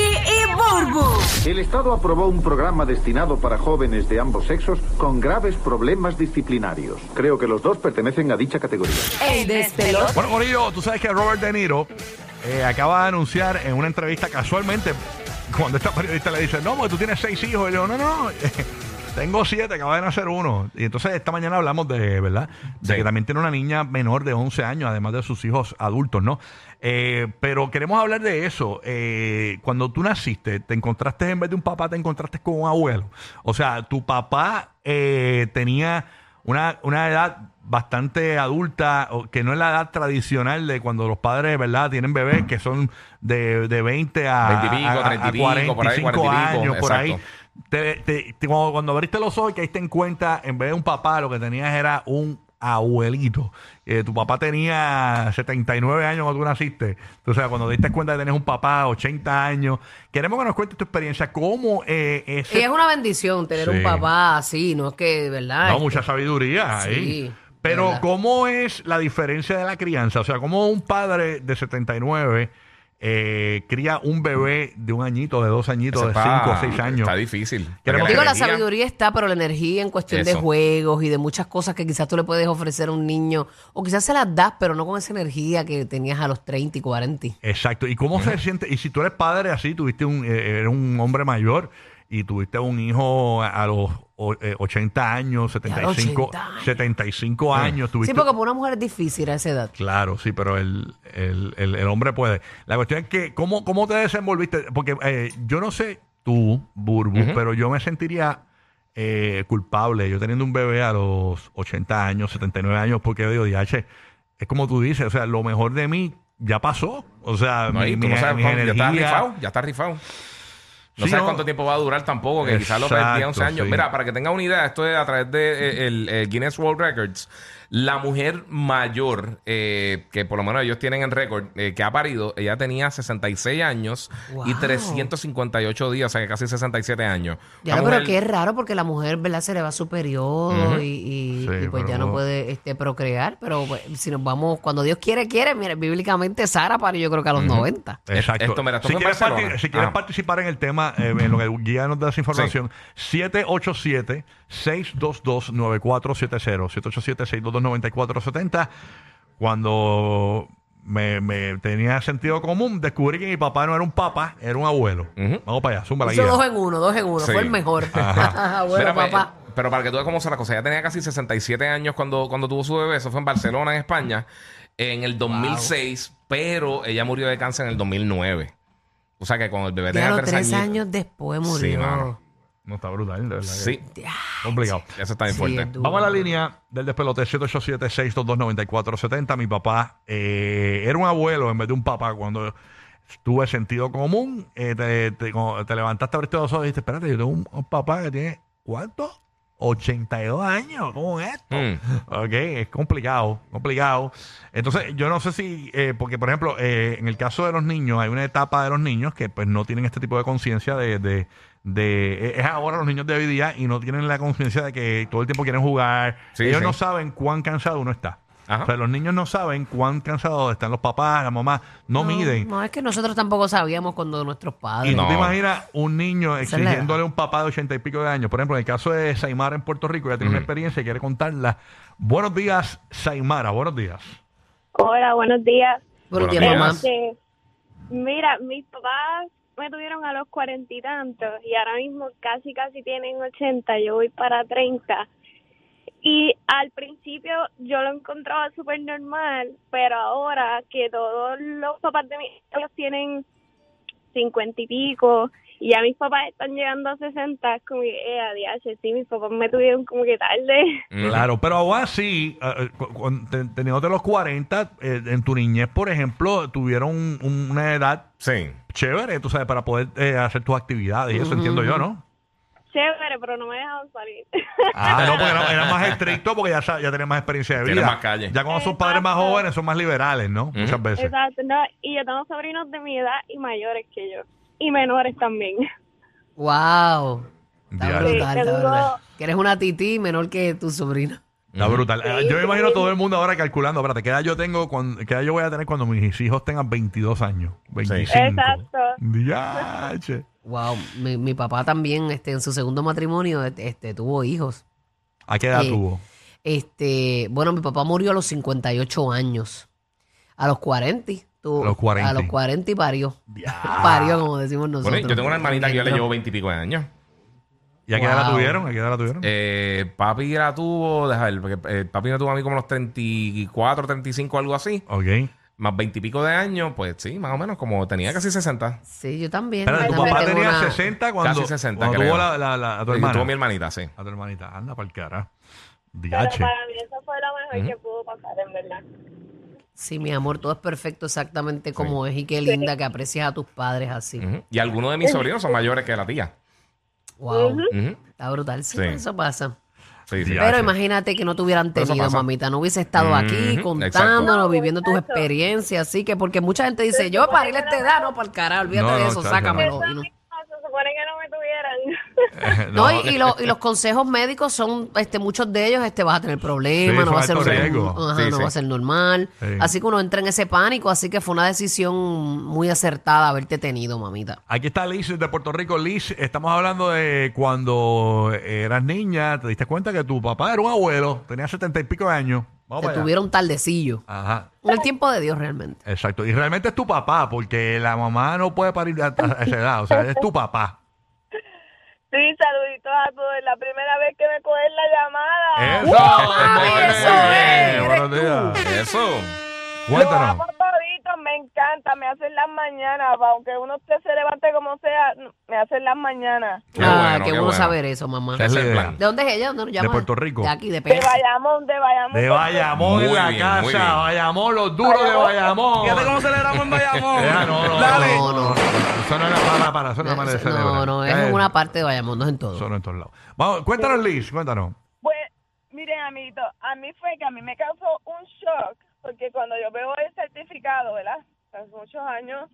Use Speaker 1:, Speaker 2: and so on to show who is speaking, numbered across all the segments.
Speaker 1: y Burbu,
Speaker 2: El Estado aprobó un programa destinado para jóvenes de ambos sexos con graves problemas disciplinarios. Creo que los dos pertenecen a dicha categoría.
Speaker 1: el despelote.
Speaker 3: Bueno, Corillo, tú sabes que Robert De Niro eh, acaba de anunciar en una entrevista casualmente, cuando esta periodista le dice, no, porque tú tienes seis hijos, y yo, no, no, no, tengo siete, acaba de nacer uno. Y entonces esta mañana hablamos de, ¿verdad? De que también tiene una niña menor de 11 años, además de sus hijos adultos, ¿no? Eh, pero queremos hablar de eso. Eh, cuando tú naciste, te encontraste, en vez de un papá, te encontraste con un abuelo. O sea, tu papá eh, tenía una, una edad bastante adulta, o que no es la edad tradicional de cuando los padres, ¿verdad?, tienen bebés que son de, de 20 a,
Speaker 4: 20 y pico,
Speaker 3: a- a- a
Speaker 4: 30 y pico, por ahí,
Speaker 3: 45
Speaker 4: 40 y pico,
Speaker 3: años, por ahí.
Speaker 4: exacto.
Speaker 3: Te- te- te- cuando, cuando abriste los ojos, que ahí te en cuenta, en vez de un papá, lo que tenías era un abuelito. Eh, tu papá tenía 79 años cuando tú naciste. O sea, cuando te diste cuenta que tenías un papá 80 años. Queremos que nos cuentes tu experiencia, cómo eh,
Speaker 1: Y
Speaker 3: ese...
Speaker 1: es una bendición tener
Speaker 3: Sí.
Speaker 1: un papá así, no es que, ¿verdad?
Speaker 3: No, mucha sabiduría
Speaker 1: Ah, este. Sí,
Speaker 3: ahí.
Speaker 1: de
Speaker 3: Pero,
Speaker 1: verdad.
Speaker 3: ¿cómo es la diferencia de la crianza? O sea, ¿cómo un padre de 79 eh, cría un bebé de un añito, de dos añitos,
Speaker 4: Eso
Speaker 3: de
Speaker 4: está-
Speaker 3: cinco o seis años?
Speaker 4: Está difícil. Porque
Speaker 3: Queremos
Speaker 1: Digo, la
Speaker 4: energía-
Speaker 1: sabiduría está, pero la energía en cuestión de
Speaker 4: Eso.
Speaker 1: juegos y de muchas cosas que quizás tú le puedes ofrecer a un niño, o quizás se las das, pero no con esa energía que tenías a los 30 y 40.
Speaker 3: Exacto. ¿Y cómo se siente? Y si tú eres padre así, tuviste un, eh, eres un hombre mayor y tuviste un hijo a, a los o- eh, 80 años, 75,
Speaker 1: 80 años.
Speaker 3: 75 años, tuviste...
Speaker 1: Sí, porque para una mujer es difícil a esa edad.
Speaker 3: Claro, sí, pero el, el, el- el hombre puede. La cuestión es que, ¿cómo, cómo te desenvolviste? Porque eh, yo no sé tú, Burbu, pero yo me sentiría eh, culpable yo teniendo un bebé a los 80 años, 79 años, porque digo, diache, es como tú dices, o sea, lo mejor de mí ya pasó. O sea,
Speaker 4: No, y
Speaker 3: mi,
Speaker 4: tú no
Speaker 3: mi-
Speaker 4: sabes
Speaker 3: mi
Speaker 4: cuándo- ya está
Speaker 3: energía-
Speaker 4: rifado, ya está rifado. No
Speaker 3: Sí,
Speaker 4: sabes
Speaker 3: no.
Speaker 4: cuánto tiempo va a durar tampoco, que quizás lo
Speaker 3: Exacto,
Speaker 4: perdí 11 años.
Speaker 3: sí.
Speaker 4: Mira, para que tenga una idea, esto es a través de eh, el, el Guinness World Records. La mujer mayor, eh, que por lo menos ellos tienen en récord, eh, que ha parido, ella tenía 66 años y
Speaker 1: Wow.
Speaker 4: 358 días, o sea que casi 67 años.
Speaker 1: Ya,
Speaker 4: Una
Speaker 1: pero
Speaker 4: mujer-
Speaker 1: que es raro porque la mujer, ¿verdad? Se le va su periodo y, y-
Speaker 3: Sí,
Speaker 1: y pues
Speaker 3: pero
Speaker 1: ya no
Speaker 3: no.
Speaker 1: puede este, procrear. Pero pues, si nos vamos, cuando Dios quiere, quiere. Mira, bíblicamente Sara parió yo creo que a los 90.
Speaker 3: Exacto.
Speaker 4: Esto, mira, esto
Speaker 3: si,
Speaker 4: fue en
Speaker 3: quieres
Speaker 4: Barcelona.
Speaker 3: parti- si quieres
Speaker 4: Ah.
Speaker 3: participar en el tema, eh, en lo que el guía nos da esa información, 787-622-9470. 787-622-9470. Cuando me, me tenía sentido común, descubrí que mi papá no era un papá, era un abuelo. Vamos para allá, zumba la
Speaker 1: Hizo
Speaker 3: guía.
Speaker 1: dos en uno, dos en uno.
Speaker 4: Sí.
Speaker 1: Fue el mejor. bueno,
Speaker 4: Mira, pues,
Speaker 1: papá.
Speaker 4: pero para que tú veas cómo son las cosas, ella tenía casi 67 años cuando, cuando tuvo su bebé. Eso fue en Barcelona, en España, en el 2006. Pero ella murió de cáncer en el 2009. O sea que cuando el bebé
Speaker 1: Ya
Speaker 4: tenía
Speaker 1: los
Speaker 4: tres,
Speaker 1: tres
Speaker 4: añitos-
Speaker 1: años después murió.
Speaker 4: Sí, mano.
Speaker 3: No está brutal, de verdad. que
Speaker 4: Sí,
Speaker 3: Complicado.
Speaker 4: eso está bien
Speaker 1: Sí,
Speaker 4: fuerte.
Speaker 1: es duro.
Speaker 3: Vamos a la línea del despelote 787-622-9470. Mi papá eh, era un abuelo en vez de un papá cuando tuve sentido común. eh, te, te- como te levantaste, abriste los ojos y dijiste, espérate, yo tengo un, un papá que tiene, ¿cuánto? 82 años. ¿Cómo es esto?
Speaker 4: Mm.
Speaker 3: Ok, es complicado, complicado. Entonces, yo no sé si, eh, porque por ejemplo, eh, en el caso de los niños, hay una etapa de los niños que pues no tienen este tipo de conciencia de, de, de- eh, es ahora los niños de hoy día y no tienen la conciencia de que todo el tiempo quieren jugar.
Speaker 4: Sí,
Speaker 3: Ellos
Speaker 4: sí.
Speaker 3: no saben cuán cansado uno está.
Speaker 4: Ajá.
Speaker 3: O sea, los niños no saben cuán cansados están los papás, la mamá, no, miden.
Speaker 1: No, es que nosotros tampoco sabíamos cuando nuestros
Speaker 3: Y
Speaker 1: padres.
Speaker 3: tú te
Speaker 4: No.
Speaker 3: imaginas un niño
Speaker 1: Esa es la edad.
Speaker 3: exigiéndole a un papá de ochenta y pico de años. Por ejemplo, en el caso de Saimara en Puerto Rico, ella tiene
Speaker 4: Mm.
Speaker 3: una experiencia y quiere contarla. Buenos días, Saimara, buenos días.
Speaker 5: Hola, buenos días.
Speaker 1: Buenos días,
Speaker 4: Buenos
Speaker 1: mamá.
Speaker 4: días.
Speaker 5: Este, mira, mis papás me tuvieron a los cuarenta y tantos y ahora mismo casi, casi tienen ochenta, yo voy para treinta. Y al principio yo lo encontraba súper normal, pero ahora que todos los papás de mis hijos tienen cincuenta y pico y ya mis papás están llegando a sesenta, es como que, eh, adiós, sí, mis papás me tuvieron como que tarde.
Speaker 4: Mm.
Speaker 3: Claro, pero aún así, eh, eh, cu- cu- te- teniéndote los 40, eh, en tu niñez, por ejemplo, tuvieron un- un- una edad
Speaker 4: Sí.
Speaker 3: chévere, tú sabes, para poder eh, hacer tus actividades y eso entiendo yo, ¿no?
Speaker 5: Chévere, pero no me dejaban salir.
Speaker 3: Ah, no, porque era, era más estricto porque ya, sa- ya tenía más experiencia de vida.
Speaker 4: Tiene más calle.
Speaker 3: Ya cuando son padres más
Speaker 5: Exacto.
Speaker 3: jóvenes son más liberales, ¿no? Muchas veces.
Speaker 5: Exacto, no, y yo tengo sobrinos de mi edad y mayores que yo, y menores también.
Speaker 1: ¡Wow!
Speaker 3: Ya.
Speaker 1: Está brutal,
Speaker 5: Sí,
Speaker 1: está
Speaker 5: seguro.
Speaker 1: brutal. Que eres una tití menor que tu sobrino.
Speaker 3: Está
Speaker 4: Mm.
Speaker 3: brutal. Eh, Yo me imagino todo el mundo ahora calculando, espérate, ¿qué edad yo tengo, cuando, qué edad yo voy a tener cuando mis hijos tengan 22 años? 25.
Speaker 5: Exacto.
Speaker 3: Diache.
Speaker 1: Wow, mi, mi papá también, este, en su segundo matrimonio, este, este, tuvo hijos.
Speaker 3: ¿A qué edad
Speaker 1: Sí.
Speaker 3: tuvo?
Speaker 1: Este, bueno, mi papá murió a los 58 años. A los 40. tuvo-
Speaker 3: A los 40.
Speaker 1: A los 40 y parió. Parió, como decimos nosotros.
Speaker 4: Ah. Bueno, yo tengo una hermanita que yo le llevo veintipico de años.
Speaker 3: ¿Y a qué edad la
Speaker 1: Wow.
Speaker 3: tuvieron? ¿A qué edad la tuvieron?
Speaker 4: Eh, papi la tuvo, déjame ver, porque eh, papi la tuvo a mí como los 34, 35, algo así.
Speaker 3: ok.
Speaker 4: Más veintipico de años, pues sí, más o menos, como tenía casi 60.
Speaker 1: Sí, yo también.
Speaker 3: Espérate, tu
Speaker 1: Yo también
Speaker 3: papá
Speaker 1: tengo
Speaker 3: tenía
Speaker 1: una-
Speaker 3: 60 cuando,
Speaker 4: Casi 60,
Speaker 3: cuando
Speaker 4: creo.
Speaker 3: tuvo la, la- la- a tu
Speaker 4: Y
Speaker 3: hermana.
Speaker 4: Tuvo mi hermanita, sí.
Speaker 3: A tu hermanita, anda para el cara.
Speaker 5: Pero
Speaker 3: Diache.
Speaker 5: para mí eso fue lo mejor que pudo pasar, en verdad.
Speaker 1: Sí, mi amor, todo es perfecto exactamente como es y qué linda que aprecias a tus padres así.
Speaker 3: Mm.
Speaker 4: Ujú. Y algunos de mis sobrinos son mayores que la tía.
Speaker 1: Wow,
Speaker 4: Ujú.
Speaker 1: está brutal. Sí,
Speaker 4: Sí.
Speaker 1: eso pasa.
Speaker 4: Sí, sí.
Speaker 3: Ya.
Speaker 1: Pero
Speaker 3: sí.
Speaker 1: imagínate que no te hubieran
Speaker 4: Pero eso
Speaker 1: tenido,
Speaker 4: pasa.
Speaker 1: mamita. No hubiese estado
Speaker 3: Mm,
Speaker 1: aquí
Speaker 4: Ujú,
Speaker 1: contándonos,
Speaker 5: exacto.
Speaker 1: viviendo tus
Speaker 5: Exacto.
Speaker 1: experiencias. Así que, porque mucha gente dice, yo para ir a esta edad, no, para el carajo, olvídate
Speaker 3: No,
Speaker 1: de
Speaker 3: no,
Speaker 1: eso,
Speaker 3: chacho,
Speaker 1: sácamelo.
Speaker 5: Eso
Speaker 1: Y no.
Speaker 5: mismo, se supone que no me tuvieran.
Speaker 3: Eh,
Speaker 1: No, y, y lo- y los consejos médicos son, este, muchos de ellos, este, vas a tener problemas,
Speaker 3: Sí,
Speaker 1: no, va a
Speaker 3: son
Speaker 1: ser,
Speaker 3: alto
Speaker 1: un-
Speaker 3: riesgo.
Speaker 1: ajá,
Speaker 4: Sí,
Speaker 1: no
Speaker 4: sí.
Speaker 1: va a ser normal.
Speaker 3: Sí.
Speaker 1: Así que uno entra en ese pánico, así que fue una decisión muy acertada haberte tenido, mamita.
Speaker 3: Aquí está Liz de Puerto Rico. Liz, estamos hablando de cuando eras niña, te diste cuenta que tu papá era un abuelo, tenía setenta y pico de años. Vamos
Speaker 1: Te
Speaker 3: para allá.
Speaker 1: tuvieron tardecillo.
Speaker 3: Ajá,
Speaker 1: En el tiempo de Dios realmente.
Speaker 3: exacto. Y realmente es tu papá, porque la mamá no puede parir a, a esa edad, o sea, es tu papá.
Speaker 5: Sí, saluditos a todos. Es la primera vez que me cogen la llamada.
Speaker 3: Eso.
Speaker 1: mami, Oh, eso es,
Speaker 3: Muy bien, Buenos días.
Speaker 4: Eso.
Speaker 5: Los
Speaker 3: Cuéntanos.
Speaker 5: amo toditos, me encanta, me hacen las mañanas, pa, aunque uno usted se levante como sea, me hacen las mañanas.
Speaker 4: Qué
Speaker 1: ah,
Speaker 4: bueno,
Speaker 1: qué,
Speaker 4: qué
Speaker 1: bueno
Speaker 4: bueno.
Speaker 1: saber eso, mamá.
Speaker 4: Ese es el
Speaker 3: idea.
Speaker 4: plan.
Speaker 1: ¿De dónde es ella? ¿Dónde nos llama?
Speaker 3: Puerto Rico.
Speaker 1: De aquí, de
Speaker 5: De
Speaker 1: Pérez.
Speaker 5: Bayamón, de Bayamón.
Speaker 3: De Bayamón
Speaker 4: Muy
Speaker 3: en la
Speaker 4: bien, muy bien.
Speaker 3: casa, Bayamón, los duros de Bayamón.
Speaker 6: Fíjate cómo celebramos en Bayamón.
Speaker 3: Ah, no, no,
Speaker 6: Dale.
Speaker 3: no, no, no. Eso no es la para, para, eso no es la manera de celebrar.
Speaker 1: No, no, es
Speaker 3: Eh,
Speaker 1: en una parte de Bayamón, no es en todo.
Speaker 3: Eso no en todos lados. Vamos, cuéntanos, Liz, cuéntanos.
Speaker 5: Pues, miren, amiguito, a mí fue que a mí me causó un shock, porque cuando yo veo el certificado, ¿verdad? Hace muchos años,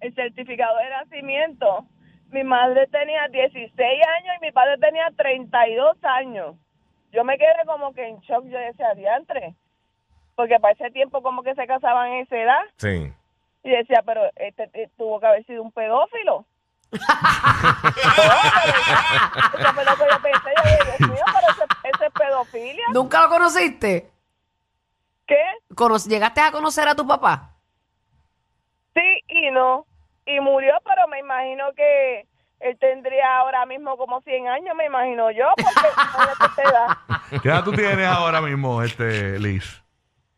Speaker 5: el certificado de nacimiento, mi madre tenía 16 años y mi padre tenía 32 años. Yo me quedé como que en shock, yo decía, diantre, porque para ese tiempo como que se casaban en esa edad,
Speaker 4: Sí.
Speaker 5: y decía, pero este, eh, tuvo que haber sido un pedófilo. Eso fue lo que yo pensé, yo dije, Dios mío, pero eso, eso es pedofilia.
Speaker 1: ¿Nunca lo conociste?
Speaker 5: ¿Qué?
Speaker 1: Cono- ¿Llegaste a conocer a tu papá?
Speaker 5: Sí y no. Y murió, pero me imagino que él tendría ahora mismo como 100 años, me imagino yo, porque ¿sabes qué te da?
Speaker 3: ¿Qué edad tú tienes ahora mismo, este Liz?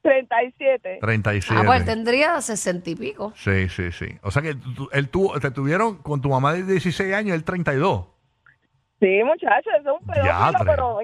Speaker 5: 37.
Speaker 3: 37.
Speaker 1: ah, pues él tendría sesenta y pico.
Speaker 3: Sí, sí, sí. O sea que tú- él tuvo, te tuvieron con tu mamá de 16 años, él 32.
Speaker 5: Sí, muchachos, eso es un pedófilo,
Speaker 3: Diatre.
Speaker 5: pero...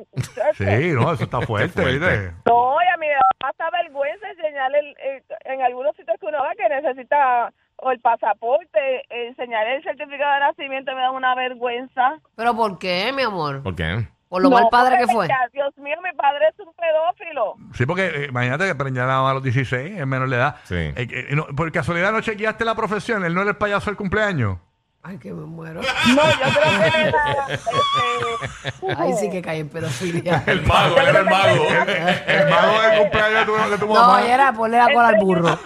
Speaker 3: Sí, no, eso está fuerte,
Speaker 4: fuerte.
Speaker 3: ¿viste?
Speaker 5: No, y a mí me da hasta vergüenza enseñar el, el- en algunos sitios que uno va que necesita o el pasaporte, enseñar el certificado de nacimiento me da una vergüenza.
Speaker 1: ¿Pero por qué, mi amor?
Speaker 4: ¿Por qué?
Speaker 1: Por lo
Speaker 5: No,
Speaker 1: mal padre
Speaker 5: porque
Speaker 1: que fue.
Speaker 5: ya, Dios mío, mi padre es un pedófilo.
Speaker 3: Sí, porque eh, imagínate que preñar a la mamá a los 16, es menor de edad.
Speaker 4: Sí.
Speaker 3: Eh, eh, no, por casualidad no chequeaste la profesión, él no era el payaso del cumpleaños.
Speaker 1: Ay, que me muero.
Speaker 5: No, yo creo que él era, este,
Speaker 1: Ay, sí que caí en pedofilia.
Speaker 4: El mago, él era el mago.
Speaker 3: El mago del cumpleaños de tu, de tu
Speaker 1: No,
Speaker 3: mamá.
Speaker 1: y era ponerle la cola al burro.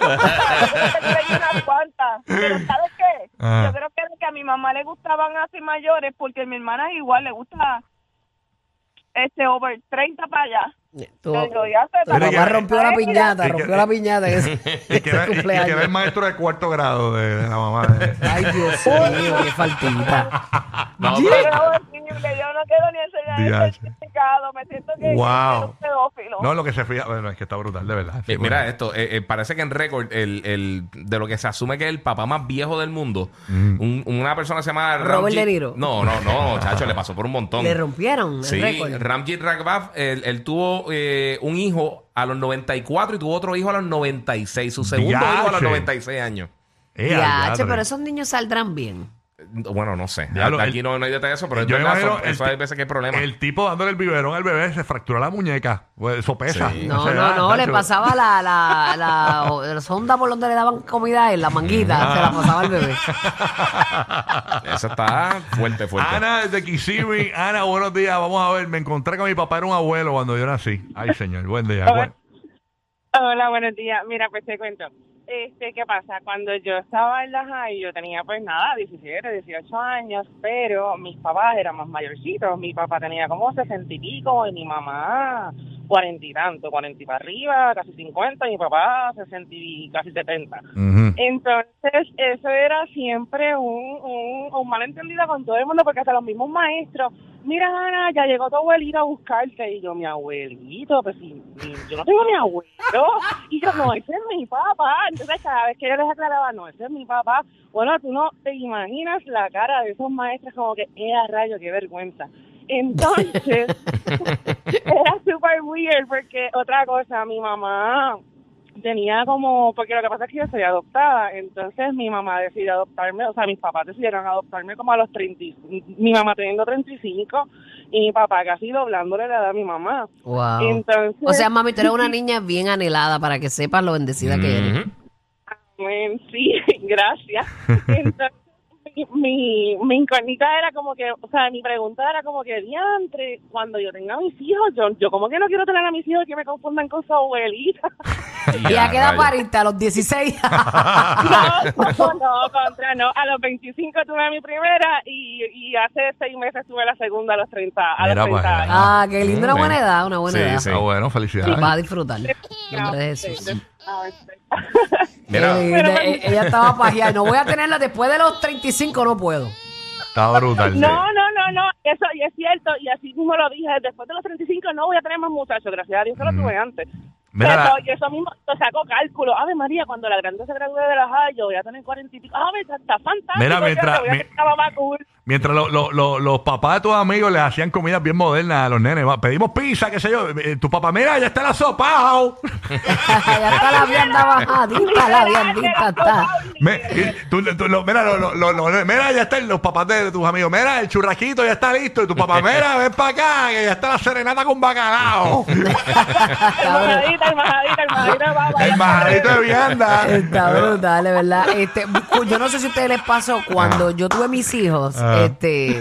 Speaker 5: Yo unas cuantas. Pero ¿sabes qué?
Speaker 3: Ah.
Speaker 5: Yo creo que, era que a mi mamá le gustaban así mayores porque a mi hermana igual le gusta este over 30 para allá.
Speaker 1: Tu,
Speaker 5: Lo
Speaker 1: tu
Speaker 5: jodió hace
Speaker 3: Pero
Speaker 5: poco.
Speaker 3: ya-
Speaker 1: papá rompió la
Speaker 5: Ay, mira,
Speaker 3: Y
Speaker 1: piñata,
Speaker 3: que-
Speaker 1: rompió la piñata en ese, ese
Speaker 3: Y que, era, y- y que era el
Speaker 1: cumpleaños.
Speaker 3: maestro de cuarto grado de, de la mamá. de-
Speaker 1: Ay, Dios mío, qué faltita.
Speaker 4: No, eh,
Speaker 5: Pero horrible, yo no quiero ni enseñar el
Speaker 3: Diache.
Speaker 5: certificado. Me siento que que
Speaker 3: Wow.
Speaker 5: soy un pedófilo.
Speaker 3: No, lo que se fría. Bueno, es que está brutal, de verdad.
Speaker 4: Eh,
Speaker 3: Sí,
Speaker 4: mira
Speaker 3: bueno.
Speaker 4: esto, eh, eh, parece que en récord el, el- de lo que se asume que es el papá más viejo del mundo, un- una persona se llama
Speaker 1: Robert
Speaker 4: Ramji-
Speaker 1: De Niro.
Speaker 4: No, no, no, chacho, le pasó por un montón.
Speaker 1: Le rompieron el
Speaker 4: Sí,
Speaker 1: Mm, récord.
Speaker 4: Ramji Raghav, él, él tuvo eh, un hijo a los 94 y tuvo otro hijo a los 96, su segundo hijo a los
Speaker 3: Diache.
Speaker 4: 96 años.
Speaker 3: Eh,
Speaker 1: Ya,
Speaker 3: diatre.
Speaker 1: che, pero esos niños saldrán bien.
Speaker 4: Eh, Bueno, no sé.
Speaker 3: Ya lo-
Speaker 4: Hasta aquí
Speaker 3: el-
Speaker 4: no, no hay detalle de eso, pero es
Speaker 3: Yo
Speaker 4: verdad,
Speaker 3: imagino
Speaker 4: eso,
Speaker 3: el
Speaker 4: eso
Speaker 3: ti-
Speaker 4: hay veces que hay problemas.
Speaker 3: El tipo dándole el biberón al bebé se fracturó la muñeca. Pues, Eso pesa.
Speaker 4: Sí.
Speaker 1: No,
Speaker 3: Se
Speaker 1: no,
Speaker 3: da,
Speaker 1: no, le
Speaker 3: tacho.
Speaker 1: pasaba la, la, la, o- la sonda por donde le daban comida en la manguita, se la pasaba al bebé.
Speaker 4: Eso está fuerte, fuerte.
Speaker 3: Ana desde Kissimmee. Ana, buenos días. Vamos a ver. Me encontré con mi papá, era un abuelo cuando yo nací. Ay, señor, buen día.
Speaker 5: A
Speaker 3: Bueno,
Speaker 5: ver. Hola, buenos días. Mira, pues te cuento. Este, ¿qué pasa? Cuando yo estaba en la high, yo tenía pues nada, 17, 18 años, pero mis papás eran más mayorcitos. Mi papá tenía como 60 y pico y mi mamá 40 y tanto, 40 y para arriba, casi 50, y mi papá 60 y casi 70.
Speaker 3: ujú.
Speaker 5: Entonces, eso era siempre un, un, un malentendido con todo el mundo, porque hasta los mismos maestros, mira, Ana, ya llegó tu abuelita a buscarte. Y yo, mi abuelito, pues si, si- yo no tengo mi abuelo. Y yo, no, ese es mi papá. Entonces, cada vez que yo les aclaraba, no, ese es mi papá. Bueno, tú no te imaginas la cara de esos maestros como que, eh, a rayo, qué vergüenza. Entonces, era súper weird porque otra cosa, mi mamá tenía como, porque lo que pasa es que yo soy adoptada, entonces mi mamá decidió adoptarme, o sea, mis papás decidieron adoptarme como a los 30, y- mi mamá teniendo 35 y mi papá casi doblándole la edad a mi mamá.
Speaker 1: Wow.
Speaker 5: Entonces,
Speaker 1: O sea, mami, tú eres una niña bien anhelada para que sepas lo bendecida
Speaker 3: Mm.
Speaker 1: que eres.
Speaker 4: Ujú.
Speaker 5: Amén, sí, gracias. Entonces, mi- mi, mi incógnita era como que, o sea, mi pregunta era como que, diantre, cuando yo tenga mis hijos, yo, yo como que no quiero tener a mis hijos que me confundan con su abuelita.
Speaker 1: Y a qué edad
Speaker 4: rayos.
Speaker 1: pariste, a los Ah, 16.
Speaker 5: No, no, contra, no. A los 25 tuve mi primera y, y hace seis meses tuve la segunda a los 30. A
Speaker 3: Mira
Speaker 5: los
Speaker 3: para
Speaker 5: 30 años.
Speaker 3: allá.
Speaker 1: ah, qué lindo, una buena edad, una buena
Speaker 4: Sí,
Speaker 1: edad.
Speaker 4: sí.
Speaker 3: Ah, bueno, felicidades.
Speaker 1: Vas a disfrutar. En nombre de Jesús.
Speaker 4: Mira,
Speaker 1: Qué linda. Eh, Ella estaba pajeada. No voy a tenerla después de los 35, no puedo.
Speaker 3: Está brutal. sí.
Speaker 5: No, no, no, no, eso y es cierto, y así mismo lo dije, después de los 35 no voy a tener más muchachos, gracias a Dios que lo tuve antes.
Speaker 3: Mm. Mira la-
Speaker 5: Pero yo eso mismo, yo saco cálculo, Ave María, cuando la grande se gradúe de la high, yo voy a tener 40 y pico, Ave, está, está fantástico,
Speaker 3: Mira,
Speaker 5: yo
Speaker 3: mientras-
Speaker 5: voy a tener
Speaker 3: mi-
Speaker 5: una mamá cool.
Speaker 3: Mientras lo- lo- lo- los papás de tus amigos les hacían comidas bien modernas a los nenes. va, pedimos pizza, qué sé yo. eh, tu papá, mira, ya está la sopa. au".
Speaker 1: ya está la vianda bajadita, la viandita está.
Speaker 3: Me- eh, tú- tú- lo- mira, lo- lo- lo- lo- mira, ya están los papás de, de tus amigos. Mira, el churraquito ya está listo. Y tu papá, mira, ven para acá, que ya está la serenata con bacalao.
Speaker 5: Hermanadita, hermanadita, hermanadita, vamos.
Speaker 3: el majadito de vianda.
Speaker 1: Está brutal, de verdad. Este, cu- yo no sé si a ustedes les pasó cuando yo tuve mis hijos, este,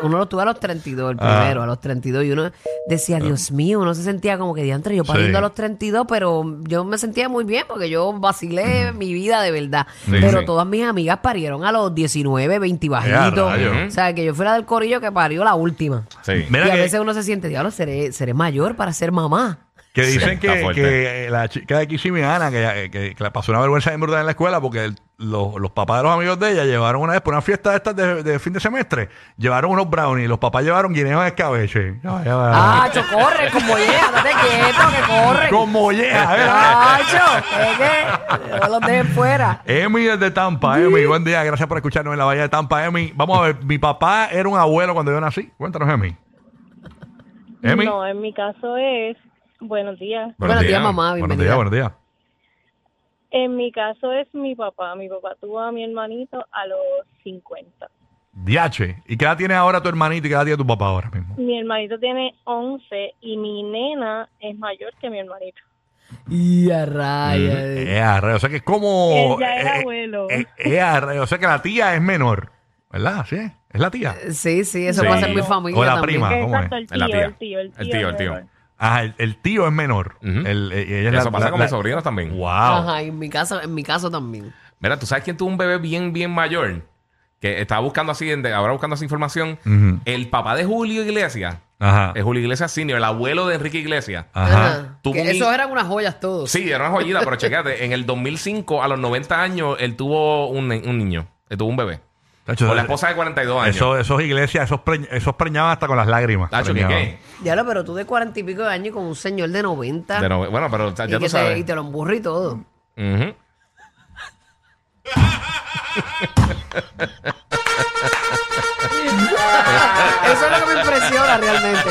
Speaker 1: uno lo tuve a los 32, el primero, a los 32, y uno decía, Dios mío, uno se sentía como que diantre, yo pariendo
Speaker 3: Sí.
Speaker 1: a los 32, pero yo me sentía muy bien porque yo vacilé mi vida de verdad.
Speaker 4: Sí,
Speaker 1: pero
Speaker 4: sí.
Speaker 1: todas mis amigas parieron a los 19, 20 bajitos.
Speaker 3: rayos.
Speaker 1: O sea, que yo fui la del corillo que parió la última.
Speaker 4: sí.
Speaker 3: Mira
Speaker 1: y a
Speaker 3: que-
Speaker 1: veces uno se siente, diablo, seré, seré mayor para ser mamá.
Speaker 3: Que
Speaker 4: Sí,
Speaker 3: dicen
Speaker 4: está
Speaker 3: que,
Speaker 4: fuerte.
Speaker 3: que, eh, la chica de Kissimmee, Ana, que, eh, que, que le pasó una vergüenza bien brutal en la escuela porque el- los, los papás de los amigos de ella llevaron una vez por una fiesta de estas de, de fin de semestre, llevaron unos brownies, los papás llevaron guineos de escabeche. Ya, ya, ya.
Speaker 1: ¡Acho, corre, como llega! ¡Date quieto, Ah, eh, que corre!
Speaker 3: Con molleja, ¿verdad?
Speaker 1: ¡Cacho! Es que no los dejen fuera.
Speaker 3: ¿eh? Emi desde Tampa, Emi, buen día, gracias por escucharnos en la Bahía de Tampa, Emi. Vamos a ver, mi papá era un abuelo cuando yo nací. Cuéntanos, Emi. Emi.
Speaker 5: No, en mi caso es, buenos días.
Speaker 1: Buenos días, mamá,
Speaker 3: Buenos
Speaker 1: bienvenida.
Speaker 3: días, buenos días.
Speaker 5: En mi caso es mi papá. Mi papá tuvo a mi hermanito a los 50.
Speaker 3: Diache, ¿y qué edad tiene ahora tu hermanito y qué edad tiene tu papá ahora mismo?
Speaker 5: Mi hermanito tiene 11 y mi nena es mayor que mi hermanito.
Speaker 1: Y a raya.
Speaker 3: Eh, arre, o sea que es como.
Speaker 5: Él ya era
Speaker 3: eh,
Speaker 5: abuelo.
Speaker 3: eh, eh, arre, o sea que la tía es menor, ¿verdad? Sí, es, es la tía.
Speaker 1: Sí, sí, eso
Speaker 4: Sí.
Speaker 1: pasa en mi familia
Speaker 3: O la
Speaker 1: también.
Speaker 3: prima. Ah, ¿cómo
Speaker 5: Exacto,
Speaker 3: es?
Speaker 5: el
Speaker 4: La
Speaker 5: tío,
Speaker 4: tía.
Speaker 5: el tío, el tío.
Speaker 4: El tío, el tío.
Speaker 5: menor.
Speaker 3: Ajá, el, el tío es menor.
Speaker 4: Ujú.
Speaker 3: El- eh, ella es
Speaker 4: Eso
Speaker 3: la-
Speaker 4: pasa
Speaker 3: la-
Speaker 4: con
Speaker 3: la-
Speaker 4: mis sobrinos también.
Speaker 3: Wow.
Speaker 1: Ajá, en mi casa, en mi caso también.
Speaker 4: Mira, ¿tú sabes quién tuvo un bebé bien, bien mayor? Que estaba buscando así, en- ahora buscando esa información.
Speaker 3: Ujú. Ah.
Speaker 4: El papá de Julio Iglesias
Speaker 3: Ajá.
Speaker 4: Es Julio Iglesias Senior, el abuelo de Enrique Iglesias.
Speaker 3: Ajá.
Speaker 4: Tuvo
Speaker 1: Que
Speaker 4: un-
Speaker 1: esos eran unas joyas todos.
Speaker 4: Sí, era una joyita, pero checate, en el 2005, a los 90 años, él tuvo un, un niño, él tuvo un bebé.
Speaker 3: Tacho, eh,
Speaker 4: Con la esposa de 42 años.
Speaker 3: Eso, esos iglesias, esos, preñ- esos preñaban hasta con las lágrimas.
Speaker 4: Tacho, ¿qué,
Speaker 3: Preñaban.
Speaker 4: qué?
Speaker 1: Ya lo, pero tú de cuarenta y pico de años y con un señor de 90.
Speaker 4: Pero, bueno, pero o sea,
Speaker 1: y,
Speaker 4: ya
Speaker 1: que
Speaker 4: tú
Speaker 1: te-
Speaker 4: sabes.
Speaker 1: y te lo emburro y todo.
Speaker 4: Ujú.
Speaker 1: Eso es lo que me impresiona realmente.